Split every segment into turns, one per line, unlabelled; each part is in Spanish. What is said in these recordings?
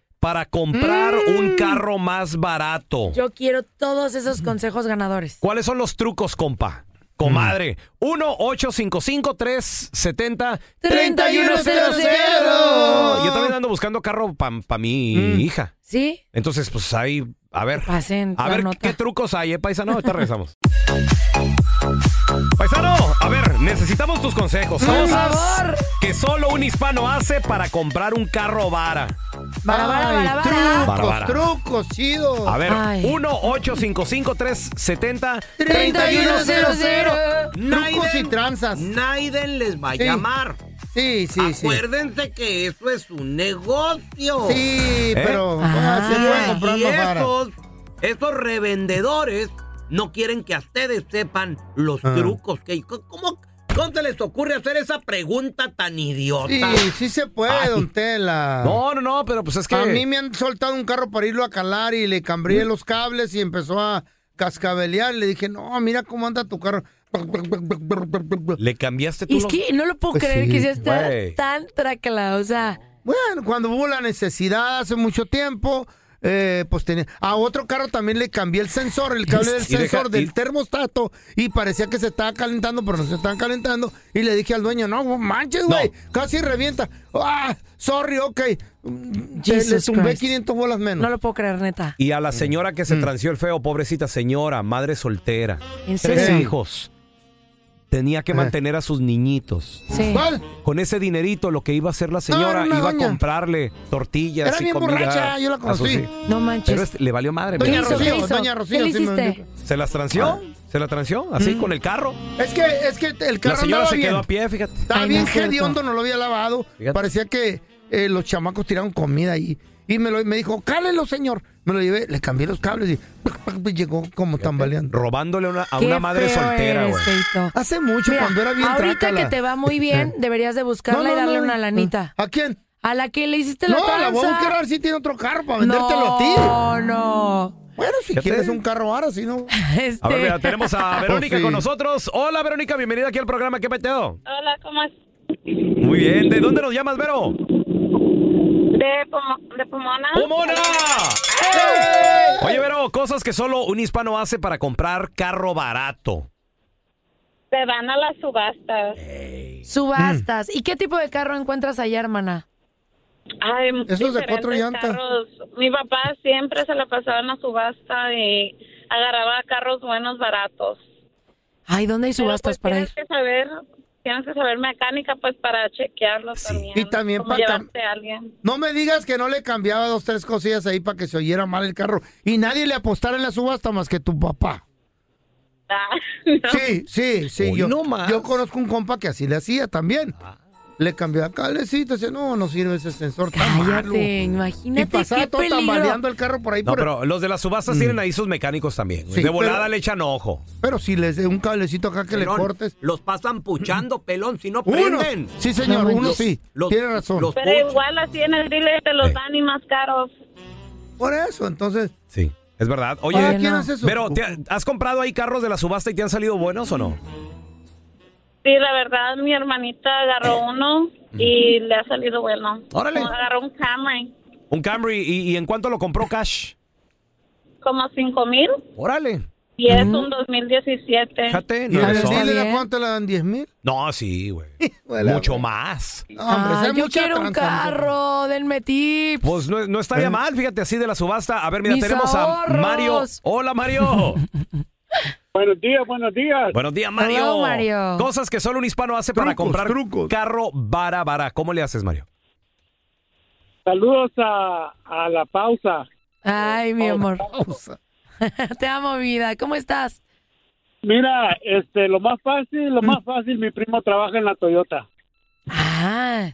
para comprar
Mm.
un carro más barato.
Yo quiero todos esos consejos ganadores.
¿Cuáles son los trucos, compa? Comadre,
Mm.
1-855-370-3100. Yo también ando buscando carro para mi
Mm.
hija.
¿Sí?
Entonces, pues ahí, a ver.
Pasen
A
la
ver
nota.
qué trucos hay, ¿eh, paisano? Ahorita regresamos. Paisano, a ver, necesitamos tus consejos.
Por
Cosas
favor.
que solo un hispano hace para comprar un carro vara.
Bara, bara, bara,
Ay,
bara.
Trucos,
Bárbara.
trucos, chidos.
A ver,
Ay.
1-855-370-3100.
Trucos y tranzas.
Naiden les va a
Sí.
llamar.
Sí, sí, sí.
Acuérdense que eso es un negocio.
¿Eh?
Sí, pero
Ah.
se puede comprar
Y
más barato.
esos, esos revendedores no quieren que a ustedes sepan los
Ah.
trucos que ¿Cómo, ¿Cómo se les ocurre hacer esa pregunta tan idiota?
Sí, sí se puede, don Tela.
No, no, no, pero pues es que. Mm.
A mí me han soltado un carro para irlo a calar y le cambié los cables y empezó a cascabelear. Le dije, no, mira cómo anda tu carro.
Le cambiaste tú
Y es
los-
que no lo puedo
Pues
creer
sí,
que sea está
güey.
tan trácala. O sea,
Bueno, cuando hubo la necesidad hace mucho tiempo, eh, pues tenía... A otro carro también le cambié el sensor, el cable del
Y deja-
sensor,
y-
del termostato, y parecía que se estaba calentando, pero no se estaban calentando. Y le dije al dueño, no, manches, güey, casi revienta. Ah, sorry, ok. Mm, te- Le
Jesus
tumbé
Christ.
500 bolas menos.
no lo puedo creer, neta.
Y a
Mm.
la señora que se transió el feo, pobrecita señora, madre soltera.
¿En
Tres
serio?
hijos. Tenía que
Eh.
mantener a sus niñitos.
Sí.
¿Cuál?
Con ese dinerito, lo que iba a hacer la señora,
era una
iba
doña.
a comprarle tortillas
Era
y
bien
comida
borracha, yo la
a sus
conocí.
hijos.
No
Pero
manches.
este- le valió madre.
Doña
¿Qué
mira.
hizo?
Rocío,
¿Qué hizo?
doña Rocío,
¿Qué le
sí me-
hiciste?
¿Se las transió? ¿Se las transió?
Mm.
Así, con el carro.
Es que, es que Ah. el
La
carro
señora
andaba
se
bien.
quedó a pie, fíjate.
Estaba
Ay, no
bien
es cierto.
hediondo, no lo había lavado.
Fíjate.
Parecía que eh, los chamacos tiraron comida ahí. Y me, lo, me dijo, cálelo, señor. Me lo llevé, le cambié los cables y pac, pac, pac, llegó como tambaleando.
Robándole una- a
Qué
una madre
feo
soltera,
eres,
güey.
feito.
Hace mucho,
Mira,
cuando era bien
ahorita
trácala.
que te va muy bien, deberías de
No,
buscarla y
no,
darle
no.
una lanita.
¿A quién?
A la que le hiciste la
No,
tranza.
la voy a buscar a ver si tiene otro carro para vendértelo a ti.
No, no.
Bueno, si
Fíjate.
quieres un carro ahora, si no. Pues
Este,
A ver, mira, tenemos a Verónica
Oh, sí.
con nosotros. Hola, Verónica, bienvenida aquí al programa. ¿Qué peteo?
Hola, ¿cómo es?
Muy bien. ¿De dónde nos llamas, Vero?
De, Pomo- de Pomona.
¡Pomona! Oye, Vero, cosas que solo un hispano hace para comprar carro barato.
Se van a las subastas.
Subastas. ¿Y qué tipo de carro encuentras allá, hermana?
Ay,
Esos de cuatro
diferentes
llantas.
carros. Mi papá siempre se la pasaba en la subasta y agarraba carros buenos, baratos.
Ay, ¿dónde hay
Pero,
subastas
pues,
para ir?
tienes que saber, tienes que saber mecánica pues para chequearlos también.
Y también
como
para cam-
llevarte a alguien.
No me digas que no le cambiaba dos, tres cosillas ahí para que se oyera mal el carro. Y nadie le apostara en la subasta más que tu papá.
Ah, no.
Sí, sí, sí.
Hoy
yo,
no más.
yo conozco un compa que así le hacía también. Le cambió la calecita, decía, no, no sirve ese sensor tan malo.
Cállate,
Y
imagínate
pasaba
qué
todo
peligro.
tambaleando el carro por ahí.
No,
por-
pero los de las subastas tienen ahí sus mecánicos también. güey.
Mm. Sí,
de volada
pero-
le echan ojo.
pero si les de un cablecito acá que
Pelón.
le cortes.
Los pasan puchando, pelón, si no
Uno.
prenden.
Sí, señor,
No manches.
uno sí.
Los-
Tiene razón.
los-
Pero igual así en el dile te los
Eh.
dan y más caros.
Por eso, entonces.
Sí, es verdad. Oye,
¿Para
Oye,
quién
no.
hace eso?
pero ¿te ha- ¿has comprado ahí carros de la subasta y te han salido buenos o no?
Sí, la verdad, mi hermanita agarró uno y le ha salido bueno.
Órale.
Agarró un Camry,
Un Camry, ¿y, y en cuánto lo compró cash?
como cinco mil,
Órale,
y es un 2017.
fíjate.
¿Y
No,
a
le
les
sobra.
dile
bien.
de cuánto le dan? ¿10 mil?
No, sí, güey. Mucho más.
Hombre, esa
Ay,
es
yo
mucha
quiero un
tranza, mucho.
carro, denme tip.
Pues no, no estaría
Eh.
mal, fíjate, así de la subasta. A ver, mira,
Mis
tenemos a
ahorros.
Mario. Hola, Mario.
Buenos días, buenos días.
Buenos días, Mario.
Hello, Mario.
Cosas que solo un hispano hace para
Trucos,
comprar
trucos.
carro vara vara. ¿Cómo le haces, Mario?
Saludos a, a la pausa.
Ay, mi amor.
Pausa.
Te amo, mi vida. ¿Cómo estás?
Mira, este, lo más fácil, lo
Mm.
más fácil, mi primo trabaja en la Toyota.
Ah.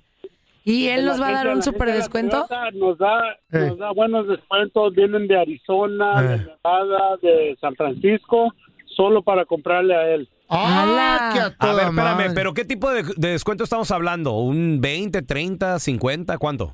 ¿Y él nos
La
va a
gente-
dar
la
un
gente de
super
la
descuento?
Toyota Nos da,
Eh.
nos da buenos descuentos, vienen de Arizona, de
Eh.
Nevada, de San Francisco, solo para comprarle a él.
¡Ah,
Ala.
que a
A
toda
ver, espérame,
madre!
pero ¿qué tipo de, de descuento estamos hablando? ¿Un 20, 30, 50? ¿Cuánto?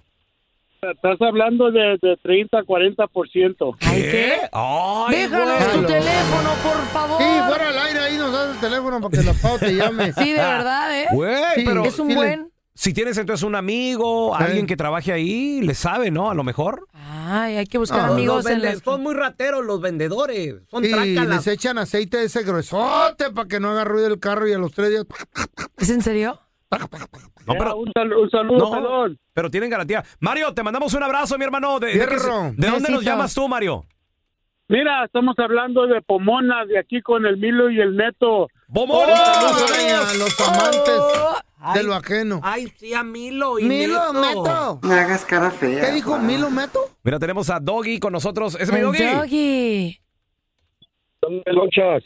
Estás hablando de, de 30, 40%.
Ay, ¿qué?
Ay,
Déjanos
güey.
tu teléfono, por favor.
Sí, fuera al aire, ahí nos das el teléfono para que la Pau te llame.
Sí, de verdad, ¿eh?
Ah. Güey,
Sí.
pero
Es un
sí le-
buen.
si tienes entonces un amigo, alguien
Eh.
que trabaje ahí, le sabe, ¿no? A lo mejor.
Ay, hay que buscar
No,
Los
amigos en
vende-
las-
Son muy rateros los vendedores. Son
Y
trácalas.
les echan aceite de ese gruesote para que no haga ruido el carro y a los tres días.
¿Es en serio?
No,
Ya,
pero,
un, sal- un saludo,
No.
pelón.
pero tienen garantía. Mario, te mandamos un abrazo, mi hermano. ¿De, de, qué-
Fierro.
¿de dónde
Besito.
nos llamas tú, Mario?
Mira, estamos hablando de Pomona, de aquí con el Milo y el Neto.
¡Bomón!
Saludos a los amantes
Oh.
de lo ajeno.
Ay, sí, a Milo y
Milo
Neto.
Meto. No hagas cara fea. ¿Qué dijo Milo Meto?
Mira, tenemos a Doggy con nosotros. ¡Es mi
El
Doggy!
doggy.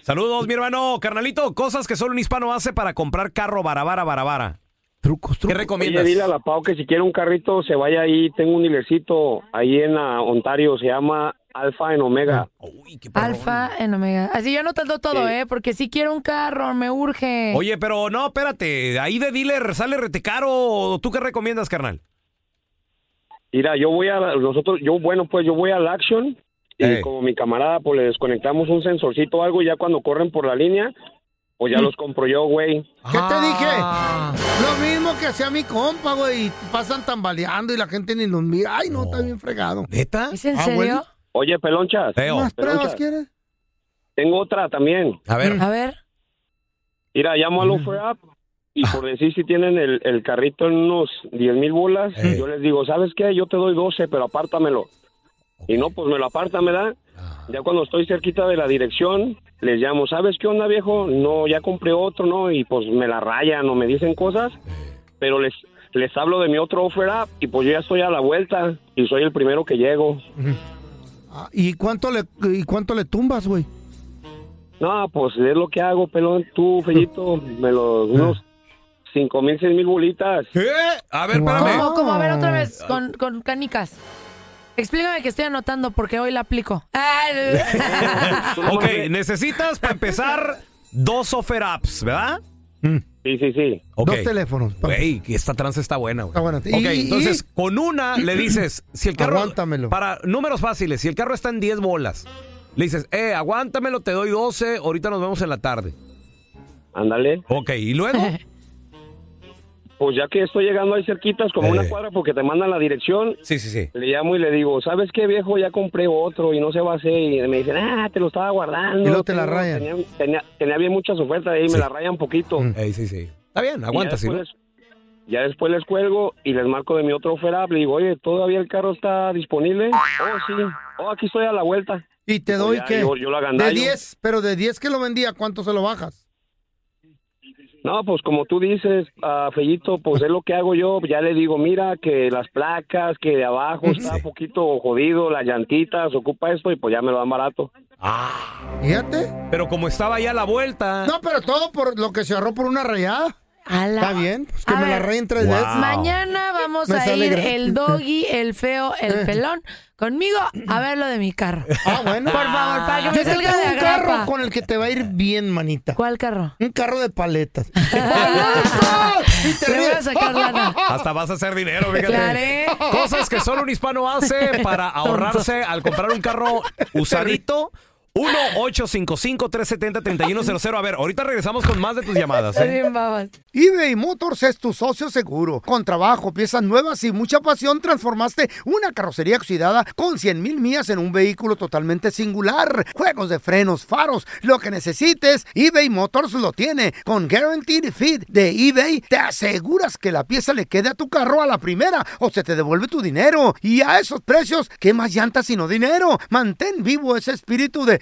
Saludos, mi hermano. Carnalito, cosas que solo un hispano hace para comprar carro barabara barabara.
Trucos,
¿Qué
trucos.
recomiendas?
Oye, dile a la Pau que si quiere un carrito se vaya ahí. Tengo un hilercito ahí en ah, Ontario, se llama Alfa en Omega.
Uy, qué perrón.
Alfa en Omega. Así yo anotando todo, ¿eh? Porque si quiero un carro, me urge.
Oye, pero no, espérate. Ahí de dealer sale rete caro. ¿Tú qué recomiendas, carnal?
Mira, yo voy a nosotros, yo bueno pues yo voy al Action y
Ey.
como mi camarada pues le desconectamos un sensorcito o algo y ya cuando corren por la línea pues
Mm.
ya los compro yo, güey.
¿Qué te
Ah.
dije? Lo mismo que hacía mi compa, güey. y Pasan tambaleando y la gente ni los mira. Ay, no,
No.
está bien fregado.
¿Neta?
¿Es en
Ah,
serio?
Oye, pelonchas,
Teo.
¿Más
Pero
pruebas
ya-
quieres?
tengo otra también.
A ver.
A ver.
Mira, llamo al Offer Up y por decir si tienen el, el carrito en unos 10 mil bolas,
Ey.
yo les digo, ¿sabes qué? Yo te doy 12, pero apártamelo. Y no, pues me lo aparta, me da. Ya cuando estoy cerquita de la dirección, les llamo, ¿sabes qué onda, viejo? No, ya compré otro, ¿no? Y pues me la rayan o me dicen cosas, pero les les hablo de mi otro offer up y pues yo ya estoy a la vuelta y soy el primero que llego.
Ah, ¿Y cuánto le, y cuánto le tumbas, güey?
No, pues es lo que hago, pelón. Tú, Fellito, me los unos cinco mil, seis mil bolitas.
¿Qué? ¿Eh? A ver,
Wow.
espérame.
¿Cómo, cómo? A ver, otra vez, con, con canicas. Explícame que estoy anotando porque hoy la aplico. Ah,
Ok, necesitas para empezar dos offer apps, ¿verdad?
Sí, sí, sí.
Ok.
Dos teléfonos.
Güey, que esta tranza está buena, güey.
Está buena. Y-
Ok,
y-
entonces con una le dices, si el carro.
Aguántamelo.
Para números fáciles, si el carro está en 10 bolas, le dices, eh, aguántamelo, te doy 12, ahorita nos vemos en la tarde.
Ándale.
Ok, y luego.
Pues ya que estoy llegando ahí cerquitas, como
Eh.
una cuadra, porque te mandan la dirección,
Sí, sí, sí.
Le llamo y le digo, ¿sabes qué, viejo? Ya compré otro y no se va a hacer. Y me dicen, ah, te lo estaba guardando.
Y luego te la
Tengo-
rayan.
Tenía, tenía, tenía bien muchas ofertas ahí,
Sí.
me la rayan poquito.
Mm.
Y
Ey, sí, sí. Está bien,
ya
aguanta, sí. ¿no?
después les- Ya después les cuelgo y les marco de mi otro oferable. Le digo, oye, ¿todavía el carro está disponible? Oh, sí. Oh, aquí estoy a la vuelta.
¿Y te
Pues
doy
ya,
qué?
Yo, yo lo
De
agandallo.
10, pero de 10 que lo vendía, ¿cuánto se lo bajas?
No, pues como tú dices, ah, Fellito, pues es lo que hago yo. Ya le digo, mira, que las placas, que de abajo está un poquito jodido, las llantitas, ocupa esto y pues ya me lo dan barato.
Ah.
Fíjate.
Pero como estaba ya a la
Ah.
vuelta.
No, pero todo por lo que se ahorró por una rayada. Está bien, pues que
A
me la
ver,
rayen tres veces.
Mañana vamos
Me
a
sale
ir
gratis.
el doggy, el feo, el pelón conmigo a ver lo de mi carro.
Ah, bueno.
Por favor, para que me
Yo te
salga
tengo
de
un
agrapa.
carro con el que te va a ir bien, manita.
¿Cuál carro?
Un carro de paletas. ¡Paletas! Y te
Le voy a
ríes.
sacar lana.
Hasta vas a hacer dinero, fíjate.
Claro.
Cosas que solo un hispano hace para ahorrarse al comprar un carro usadito. 1-855-370-3100. A ver, ahorita regresamos con más de tus llamadas. ¿eh?
Bien, babas.
eBay Motors es tu socio seguro. Con trabajo, piezas nuevas y mucha pasión, transformaste una carrocería oxidada con 100 mil millas en un vehículo totalmente singular. Juegos de frenos, faros, lo que necesites, eBay Motors lo tiene. Con Guaranteed Fit de eBay, te aseguras que la pieza le quede a tu carro a la primera o se te devuelve tu dinero. Y a esos precios, ¿qué más llantas sino dinero? Mantén vivo ese espíritu de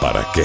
¿para qué?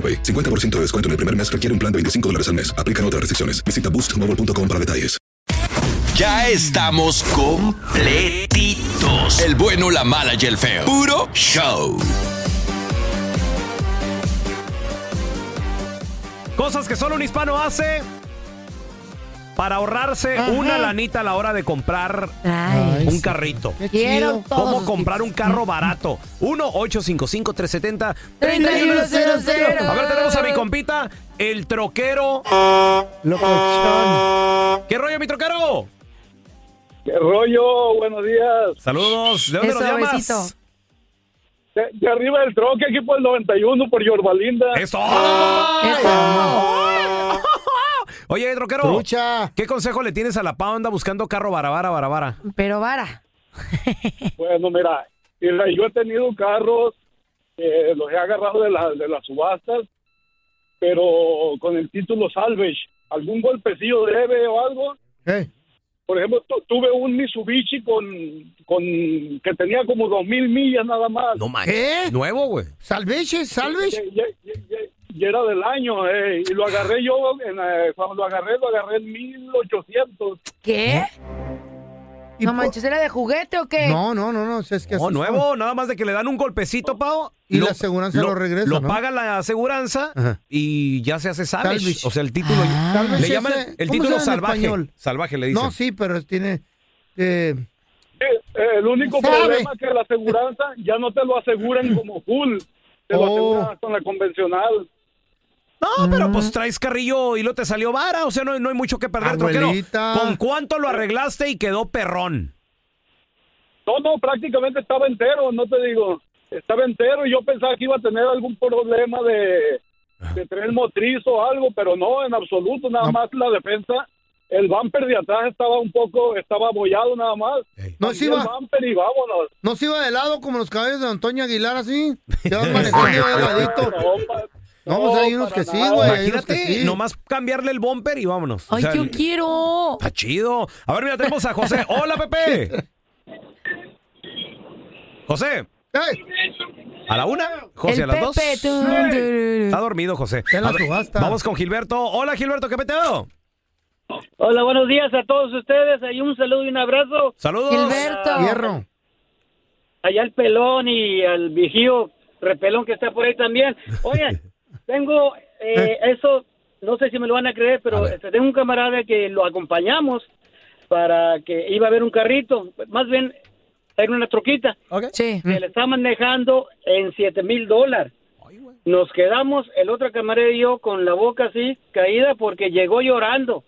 50% de descuento en el primer mes requiere un plan de 25 dólares al mes. Aplican otras restricciones. Visita boostmobile.com para detalles.
Ya estamos completitos. El bueno, la mala y el feo. Puro show.
Cosas que solo un hispano hace para ahorrarse una lanita a la hora de comprar
Ay,
un carrito.
Qué
quiero
chido.
todos.
¿Cómo
sus
comprar un carro barato? 1-855-370-3100. A ver, tenemos a mi compita, el troquero.
Locochón.
¿Qué rollo, mi troquero?
¡Qué rollo! ¡Buenos días!
Saludos. ¿De dónde
Eso,
nos llamas?
besito.
De, arriba del troque, aquí por el 91, por Yorbalinda. Oh.
¡Eso!
Eso.
Oye, troquero.
Trucha.
¿Qué consejo le tienes a la panda buscando carro barabara, barabara?
Pero vara.
Bueno, mira, mira, yo he tenido carros, eh, los he agarrado de, la- de las subastas, pero con el título salvage. Algún golpecillo debe o algo.
Ey,
Por ejemplo, tu- tuve un Mitsubishi con, con que tenía como dos mil millas nada más.
manches.
¿Qué?
Nuevo, güey.
¿Salvage?
Y,
¿Salvage?
y- y- y era del año, eh, y lo agarré yo, en, eh, cuando lo agarré, lo agarré en 1800.
¿Eh?
¿Qué?
¿Y
No
po-
manches, ¿era de juguete o qué?
No, no, no, no. si Es que
No,
así
nuevo, nada más de que le dan un golpecito, Pau.
Y la aseguranza lo regresa,
Lo
¿no?
paga la aseguranza
Ajá.
y ya se hace salvage.
Salvage.
O sea, el título.
son. Salvage
le
es,
llaman
eh,
el
¿cómo se
título
llama en
salvaje.
español?
Salvaje le dicen.
No, sí, pero tiene... eh,
Eh, eh, el único
¿Sabe?
problema es que la aseguranza ya no te lo aseguran como full, te lo
Oh. Ah.
aseguran con la convencional.
No, pero pues traes carrillo y lo te salió vara. O sea, no, no hay mucho que perder, troquero.
Abuelita.
¿Con cuánto lo arreglaste y quedó perrón?
No, no, prácticamente estaba entero, no te digo. Estaba entero y yo pensaba que iba a tener algún problema de, de tren motriz o algo, pero no, en absoluto, nada
No.
más la defensa. El bumper de atrás estaba un poco, estaba abollado nada más.
no, se
Y el
iba,
bumper y vámonos.
no se iba de lado como los caballos de Antonio Aguilar, así. Se van manejando de ladito.
No, pa-
No, pues hay
no,
unos
para
que sí,
nada.
güey. hay unos que
Imagínate,
sí.
nomás cambiarle el bumper y vámonos. O
Ay,
sea,
yo quiero.
Está chido. A ver, mira, tenemos a José. Hola, Pepe. José,
Ey,
a la una. José,
el
a las dos.
Pepe. tun, tururú.
Está dormido, José.
Está en la
A ver,
subasta.
Vamos con Gilberto. Hola, Gilberto, ¿qué peteo?
Hola, buenos días a todos ustedes. Hay un saludo y un abrazo.
Saludos.
Gilberto.
hierro.
Allá al pelón y al vigío repelón que está por ahí también. Oye, tengo eh, eso no sé si me lo van a creer, pero este, tengo un camarada que lo acompañamos para que iba a ver un carrito, más bien era una troquita. Que le está manejando en 7 mil dólares. Nos quedamos, el otro camarero y yo, con la boca así caída porque llegó llorando.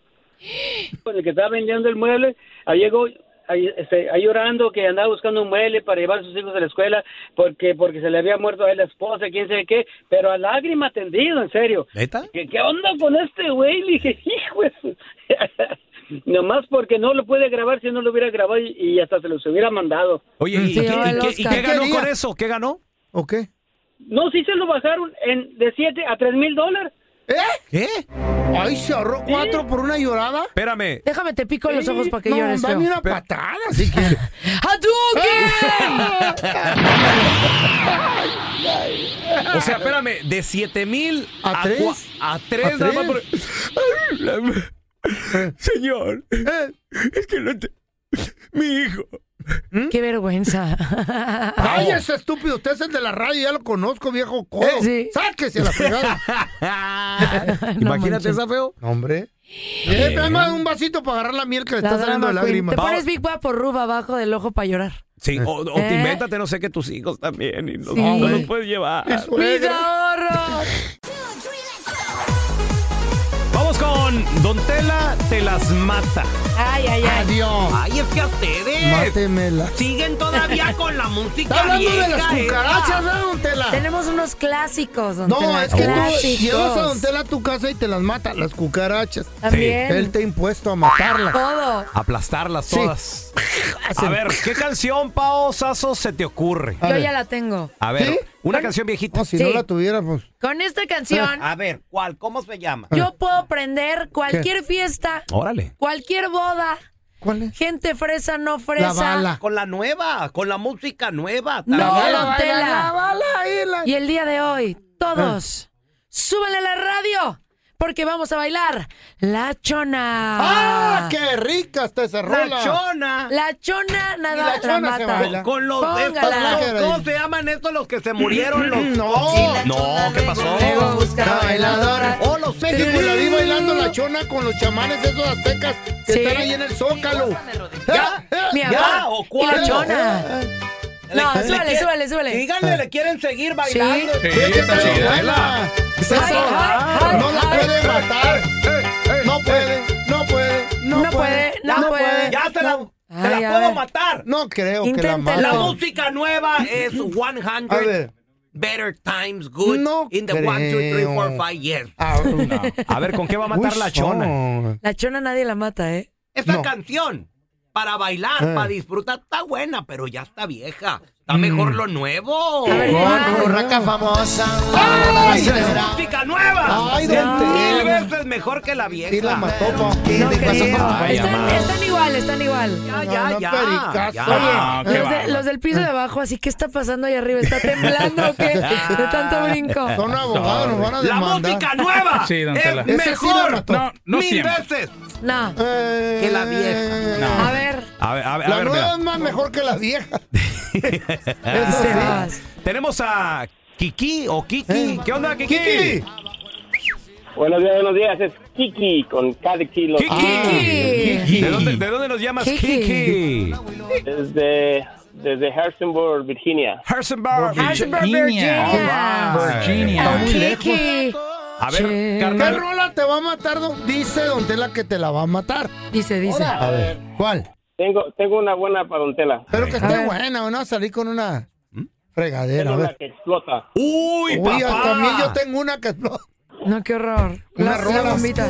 Con el que estaba vendiendo el mueble, ahí llegó ahí, este, ahí llorando que andaba buscando un mueble para llevar a sus hijos a la escuela porque porque se le había muerto a él la esposa, quién sabe qué, pero a lágrima tendido, en serio.
¿Neta?
¿Qué, qué onda con este güey? Le dije, hijo de su-". Nomás porque no lo puede grabar si no lo hubiera grabado y, y hasta se los hubiera mandado.
Oye, ¿y, qué, y qué- y qué ganó con eso? ¿Qué ganó?
¿O qué?
No, sí se lo bajaron en, de 7 a 3 mil dólares.
¿Eh?
¿Qué?
Ay, se ahorró cuatro por una llorada.
Espérame.
Déjame te pico los ojos para que
no,
llores.
dame
feo.
una patada si quieres.
O sea, espérame, de 7 mil
¿A tres?
cua- A 3
¿A
nada más
tres?
por- Señor, es que lo te- mi hijo. ¿Mm?
Qué vergüenza.
Ay, ese estúpido, usted es el de la radio, ya lo conozco, viejo codo. Sáquese a la fregada.
Imagínate esa feo.
Hombre. Eh, tráeme un vasito para agarrar la miel que le
La
está saliendo de
drama queen.
lágrimas.
Te pones Big Bad por Ruba abajo del ojo para llorar.
Sí, o, o te
Eh.
invéntate, no sé, que tus hijos también. Y no,
Sí.
no los puedes llevar.
¡Mis ahorros!
Vamos con Don Tela te las mata.
Ay, ay, ay.
Adiós.
Ay, es que a ustedes
Mátemela.
siguen todavía con la música
Está hablando
vieja.
de las
¿eh?
esa.
cucarachas, ¿verdad, don Tela?
Tenemos unos clásicos, don
No,
Tela,
es que tú
clásicos.
llevas a Don Tela a tu casa y te las mata, las cucarachas.
También.
Él te ha impuesto a matarlas.
Todo.
Aplastarlas
Sí.
todas. A ver, ¿qué canción, Pao Sazo, se te ocurre?
A
Yo
ver.
ya la tengo.
A ver,
¿Sí?
una canción viejita.
No, si
Sí.
no la pues. tuviéramos.
Con esta canción,
A ver, ¿cuál? ¿Cómo se llama?
yo puedo prender cualquier fiesta,
Órale.
cualquier boda,
¿Cuál es?
gente fresa, no fresa.
La bala.
Con la nueva, con la música nueva.
No,
bala,
don
bala,
Tela.
la bala, ahí la-
Y el día de hoy, todos,
Eh.
súbanle a la radio, porque vamos a bailar La Chona.
¡Ah, qué rica está esa rola!
chona.
La Chona nada
la Chona
mata.
se baila.
Con los
Póngala.
estos, ¿Cómo se llaman estos los que se murieron? Los...
No,
No, ¿qué pasó?
la bailadora.
Oh, los
México la vi bailando la chona con los chamanes esos aztecas que
Sí.
están ahí en el zócalo.
Ya,
Eh,
Mi
eh,
amor,
Ya, o
y
cuatro.
La Chona.
eh, eh,
No, súbale, súbale, súbale.
Díganle, le quieren seguir
bailando.
échatela, baila.
¿eh?
Eso, Ah,
Ay, ay, ay,
no la
ay.
puede matar.
Eh,
No puede, no puede, no,
No puede, no puede.
Ya te la, te la
Ay, a
puedo
ver.
matar.
No creo que
Inténtalo.
la
La
mate.
música nueva es 100
A ver.
Better Times Good
No
in the 1, 2, 3, 4,
creo.
5 years.
Ah, no.
A ver, ¿con qué va a matar la
Uy,
chona?
son.
La Chona nadie la mata, ¿eh?
Esa
No.
canción, para bailar,
Eh.
para disfrutar, está buena, pero ya está vieja. Está
Mm.
mejor lo nuevo.
A ver,
Con
¿cuál?
burraca famosa.
¡Ay!
Ay,
¡Música nueva!
Ay,
Es
don
mil
Tela.
veces mejor que la vieja.
Sí, la mató, pa.
No creo.
Ay,
Están,
amado.
están igual, están igual.
Ya,
No,
ya,
no,
ya.
pericazo.
ya.
Ah, qué
Los, de-
bárbaro.
los del piso de abajo, así que está pasando ahí arriba, está temblando o qué? De tanto brinco.
Ah. Son abogados, nos van a
La
demandar.
música nueva
Sí, don Tela.
es
Esa sí la
mejor
mató. No,
no
mil
siempre.
veces.
No.
Eh,
Que la vieja.
A ver,
A ver, a ver, a
La
ver,
nueva
mira.
es más mejor que la vieja.
Sebas.
Ah, Tenemos a Kiki o Kiki.
Eh.
¿Qué onda, Kiki?
Kiki.
Buenos días, buenos días. Es Kiki con cada kilo.
Kiki.
Ah, Kiki.
¿De, dónde, de dónde nos llamas,
Kiki.
Kiki?
Desde, desde Harrisonburg, Virginia.
Harrisonburg.
Ashburn,
Virginia.
Virginia.
Virginia.
muy lejos.
Kiki.
A ver,
Che.
¿Qué
carnal.
rola te va a matar? don- Dice Don Tela que te la va a matar.
Dice, dice.
A ver, ¿cuál?
Tengo, tengo una buena para Don Tela.
Pero que esté
ver.
buena, no a salir con una
¿Mm?
Tengo
fregadera. A
una
ver. Uh,
que explota.
Uy,
Uy,
papá.
también yo tengo una que no.
No, qué horror. La,
Una
la
rola.
bombita.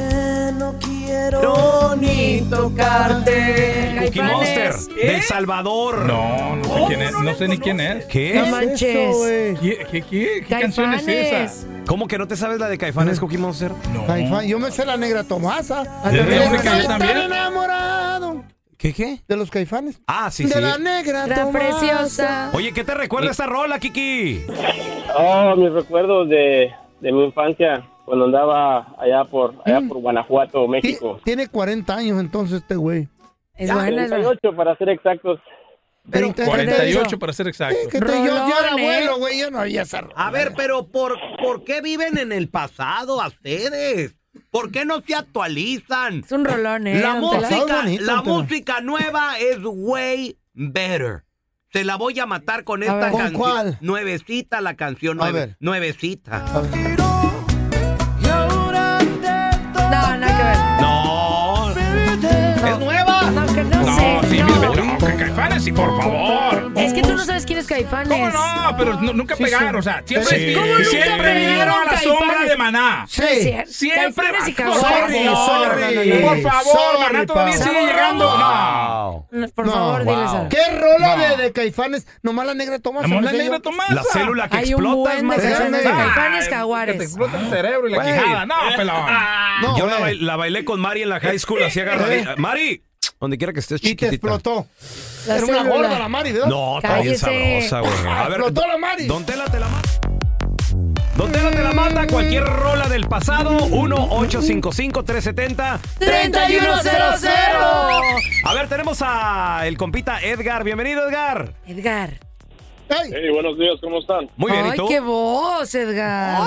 Pero ni tocarte.
Caifanes.
Cookie
¿Eh?
Monster. De El Salvador.
No, no sé quién es. No sé ni quién es.
No
¿Qué?
manches.
¿Qué, qué, qué, qué canción es
Caifanes.
esa?
¿Cómo que no te sabes la de Caifanes, Cookie Monster?
No.
Caifán, Yo me sé la negra Tomasa.
¿De
Estoy
dónde se cayó
tan
también?
enamorado
¿Qué, qué?
de los caifanes.
Ah, sí,
de
sí.
la negra
La
Tomasa.
preciosa.
Oye, ¿qué te recuerda esta rola, Kiki?
Oh, mis recuerdos de, de mi infancia cuando andaba allá por allá por Guanajuato,
Ti-
México.
Tiene 40 años entonces este güey.
Es buena, es buena.
38 para ser exactos.
Pero
48 para ser exacto.
Que te- yo, yo era
Rolón, ¿eh?
abuelo, güey, yo no había esa rola.
A ver, pero ¿por, ¿por qué viven en el pasado a ustedes? ¿Por qué no se actualizan? Es
un rolón, ¿eh?
La
don Tela?
música, la música nueva es way better. Se la voy a matar con esta
ver. ¿Con
canción.
cuál?
Nuevecita la canción, nueve-
ver.
nuevecita.
No, nada que ver.
No.
¿Es
nueva?
No, que no,
No,
sé.
sí,
no.
mire, no, que Caifanes, sí, por favor.
Es que tú no sabes quién es Caifanes. ¿Cómo
no? Pero nu- nunca
Sí,
pegaron,
sí.
o sea, siempre,
Sí. ¿Cómo nunca
siempre vivieron a la
pegaron
sombra
Caifanes?
de Maná.
Sí. Sí.
Siempre.
Caifanes y
Sorry,
Caifanes.
sorry. Por favor,
Sorry,
Maná todavía
pa.
sigue llegando. No.
Por
No,
favor,
wow.
diles algo.
¿Qué rola de, de Caifanes? Nomás la negra Tomasa.
Nomás la
no sé
negra
yo.
Tomasa. La célula que Hay un explota es buen más de grande. canciones de Caifanes,
Jaguares.
Te explota el cerebro y la
Güey.
quijada. No, pelón.
Yo la, bail- la bailé con Mari en la high school, así agarradita. Mari, donde quiera que estés chiquitita. Y te explotó.
Era una
célula.
gorda la Mari, ¿verdad?
No, está bien
Cállese.
sabrosa, güey. A ver,
Explotó la Mari.
Don Tela te la mata. Don Tela te la mata. Cualquier rola del pasado. 1-855-370.
3100.
A ver, tenemos a el compita Edgar. Bienvenido, Edgar.
Edgar.
Hey, buenos días, ¿cómo están?
Muy bien, ¿y
Ay,
tú?
qué voz, Edgar.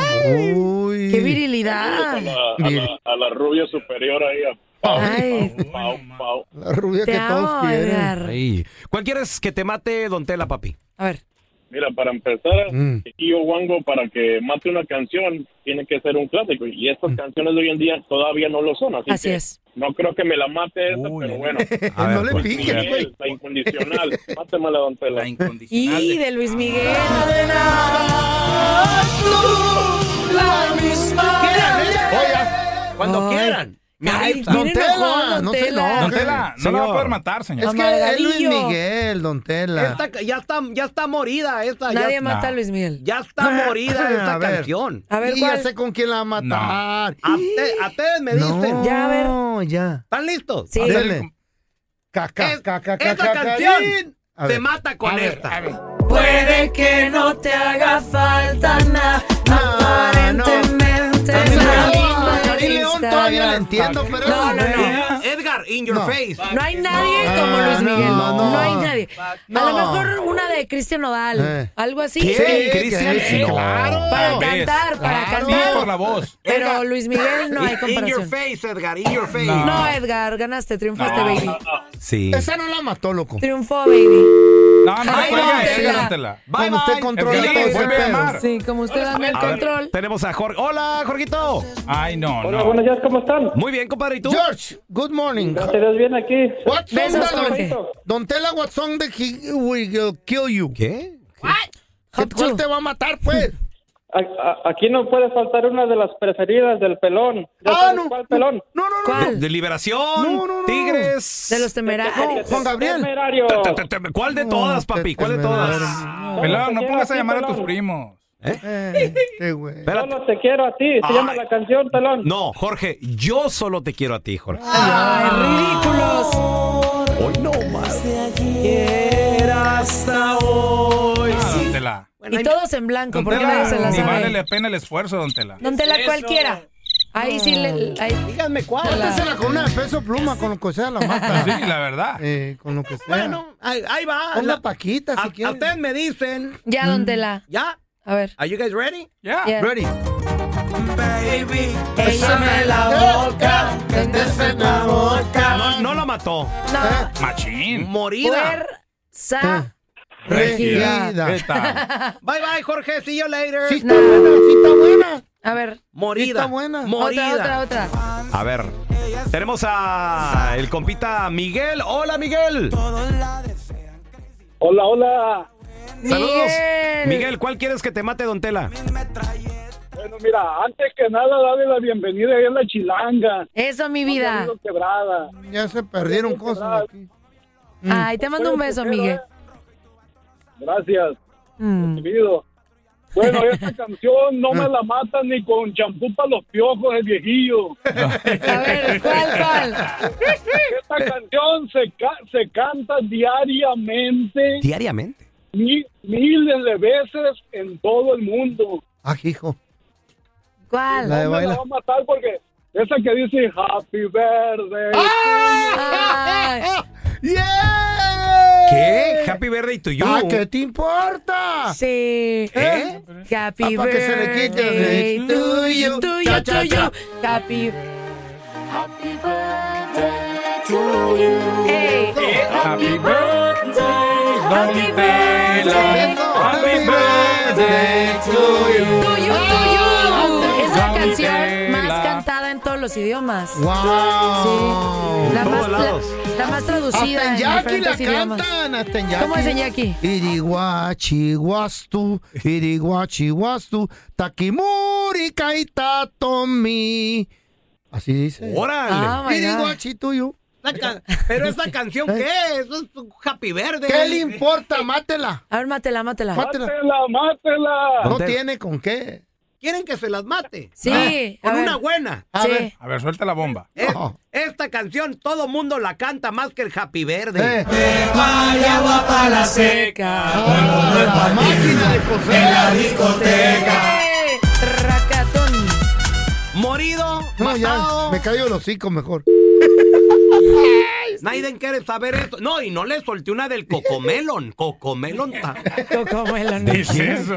Uy.
Qué virilidad.
A la, a la- a la rubia superior ahí, a
Ah,
Pau, Pau, Pau, Pau.
La rubia
Te que todos amo, quieren. Edgar.
Ahí. ¿Cuál quieres que te mate Don Tela, papi?
Mira, para empezar,
Mm.
Kio Wango, para que mate una canción, tiene que ser un clásico. Y estas canciones de hoy en día todavía no lo son. Así,
Así
que
es.
No creo que me la mate esa, pero bueno.
A ver, pues.
Miguel, La incondicional. Mátemela, don Tela. La incondicional.
Y de Luis Miguel.
Cuando quieran. Me avisan.
Don Tela, no se
Tela.
enoje.
Don Tela, no
la va a poder matar, señor.
Es que es
Amargadillo.
Luis Miguel, Don Tela.
Esta ca- ya, está, ya está morida esta.
Nadie
ya,
mata a
Luis Miguel.
Ya está morida esta canción.
A ver, y ya sé con quién la va a matar.
A te- a ustedes me dicen.
No, ya, a ver. ya.
¿Están listos?
Sí. Dele. Caca, caca, caca,
Esta canción te mata con esta.
Puede que no te haga falta nada. Aparentemente.
Karim León todavía la entiendo, pero...
No, no, no.
Edgar, in your face.
No hay nadie como Luis Miguel. No, hay nadie. A lo
No.
mejor una de Cristian Nodal.
Eh.
Algo así.
¿Qué? Sí, Cristian,
Sí.
no.
Para
¿Ves?
cantar,
Ah,
para
Claro.
cantar.
Sí, por la voz.
Pero
Edgar.
Luis Miguel no hay
In-
comparación.
In your face, Edgar, in your face.
No, Edgar, ganaste, triunfaste, baby.
Sí.
Esa no la mató, loco.
Triunfó, baby.
No, no,
Ay,
cuelga,
no,
Edgar,
Tela.
don Tela.
Como usted controla
Edgar,
todo ese
vuelve a
pedo.
llamar.
Sí, como usted dame el
A ver,
control.
tenemos a Jorge. Hola, Jorgito.
Ay, no,
Hola,
no.
buenos
días, ¿cómo están?
Muy bien, compadre, ¿y tú?
George, good morning.
Gracias a Dios, bien aquí.
What song
Besos,
that-
Jorge.
Don Tela, what song that he will kill you?
¿Qué?
¿Qué- ¿Cuál te va a matar, pues?
A- a- Aquí no puede faltar una de las preferidas del pelón. ¿Ya
Ah,
sabes
no.
¿Cuál pelón?
No, no,
¿Cuál? De Liberación, Tigres.
De los temerarios.
Juan Gabriel.
Te- te- te- ¿Cuál de todas, papi? ¿Cuál de todas?
Pelón, no pongas a llamar a tus primos.
Espérate.
Solo te quiero a ti. Se
Ay.
llama la canción, pelón.
No, Jorge, yo solo te quiero a ti, Jorge.
Ay, ridículos.
Hoy no más. hasta hoy.
Ah, don Tela.
Y todos en blanco,
Don
porque
Tela,
nadie se la
ni vale
sabe.
la pena el esfuerzo, don Tela.
Don Tela, cualquiera. Ahí sí
Mm.
le. ahí-
Díganme cuál.
Mátesela con una de peso pluma, con lo que sea la mata.
Sí, la verdad.
Eh, con lo que sea.
Bueno, ahí, ahí va.
Pon la
La-
paquita
a,
si
a
quieres.
ustedes me dicen.
Ya,
Mm.
don Tela.
¿Ya?
A ver.
¿Are you guys ready?
Yeah.
Yeah.
Ready.
Baby,
bésame la
boca,
la boca.
No, no la mató.
No.
Machín.
Eh. Morida.
Sa.
Regida.
¿Qué tal?
Bye bye, Jorge. See you later.
Sí está buena, sí está buena.
A ver.
Morida.
Está buena.
Morida.
Otra, otra, otra.
A ver, tenemos a el compita Miguel. Hola, Miguel.
Hola, hola.
Saludos.
Miguel.
Miguel, ¿cuál quieres que te mate, Don Tela?
Bueno, mira, antes que nada, dale la bienvenida ahí a la chilanga.
Eso, mi vida.
Amigo Quebrada.
Ya se perdieron cosas aquí.
Mm. Ay, te mando un beso, Miguel.
¿eh? Gracias,
Mm.
querido. Bueno, esta canción no me la matan ni con champú para los piojos, el viejillo.
A ver, ¿cuál, cuál?
Esta canción se, ca- se canta diariamente,
Diariamente.
mi- miles de veces en todo el mundo.
Ah, hijo.
¿Cuál?
La de
No me la
baila.
va a matar porque esa que dice Happy Verde.
Ay,
¡Yeah!
¿Qué? Happy Verde y tú yo.
¿A Ah, qué te importa?
sí.
¿Eh?
Happy
Ah, para que se le quite.
birthday
To you,
to yo, yo, yo. Happy. Hey.
Happy birthday, happy birthday, happy birthday to you.
To you, to you. Es la canción más cantada en todos los idiomas. Sí. La más, la- la más traducida
Hasta en Jackie la
diferentes idiomas.
cantan, hasta en Jackie.
¿Cómo es en Jackie?
Iriguachi guastu, iriguachi guastu, takimuri kaitatomi. Así dice.
¡Órale! Ah, my God.
Iriguachi tuyo.
Pero esta
Eh.
canción, ¿qué? Eso es un happy verde.
¿Qué le importa? Mátela.
A ver, mátela, mátela.
Mátela.
mátela.
No tiene con qué.
¿Quieren que se las mate?
Sí,
Ah,
a
con
ver.
una buena.
A ver.
A ver, suelta la bomba.
Esta canción todo mundo la canta más que el happy
Eh.
verde.
Guayaba pa' la seca, todo el mundo en patín, en la discoteca.
Eh.
Morido,
No, ya,
matado.
me cayó el hocico mejor.
Naiden quiere saber esto. No, y no le solté una del cocomelon. Cocomelon. ta-
Cocomelon.
¿Qué es eso?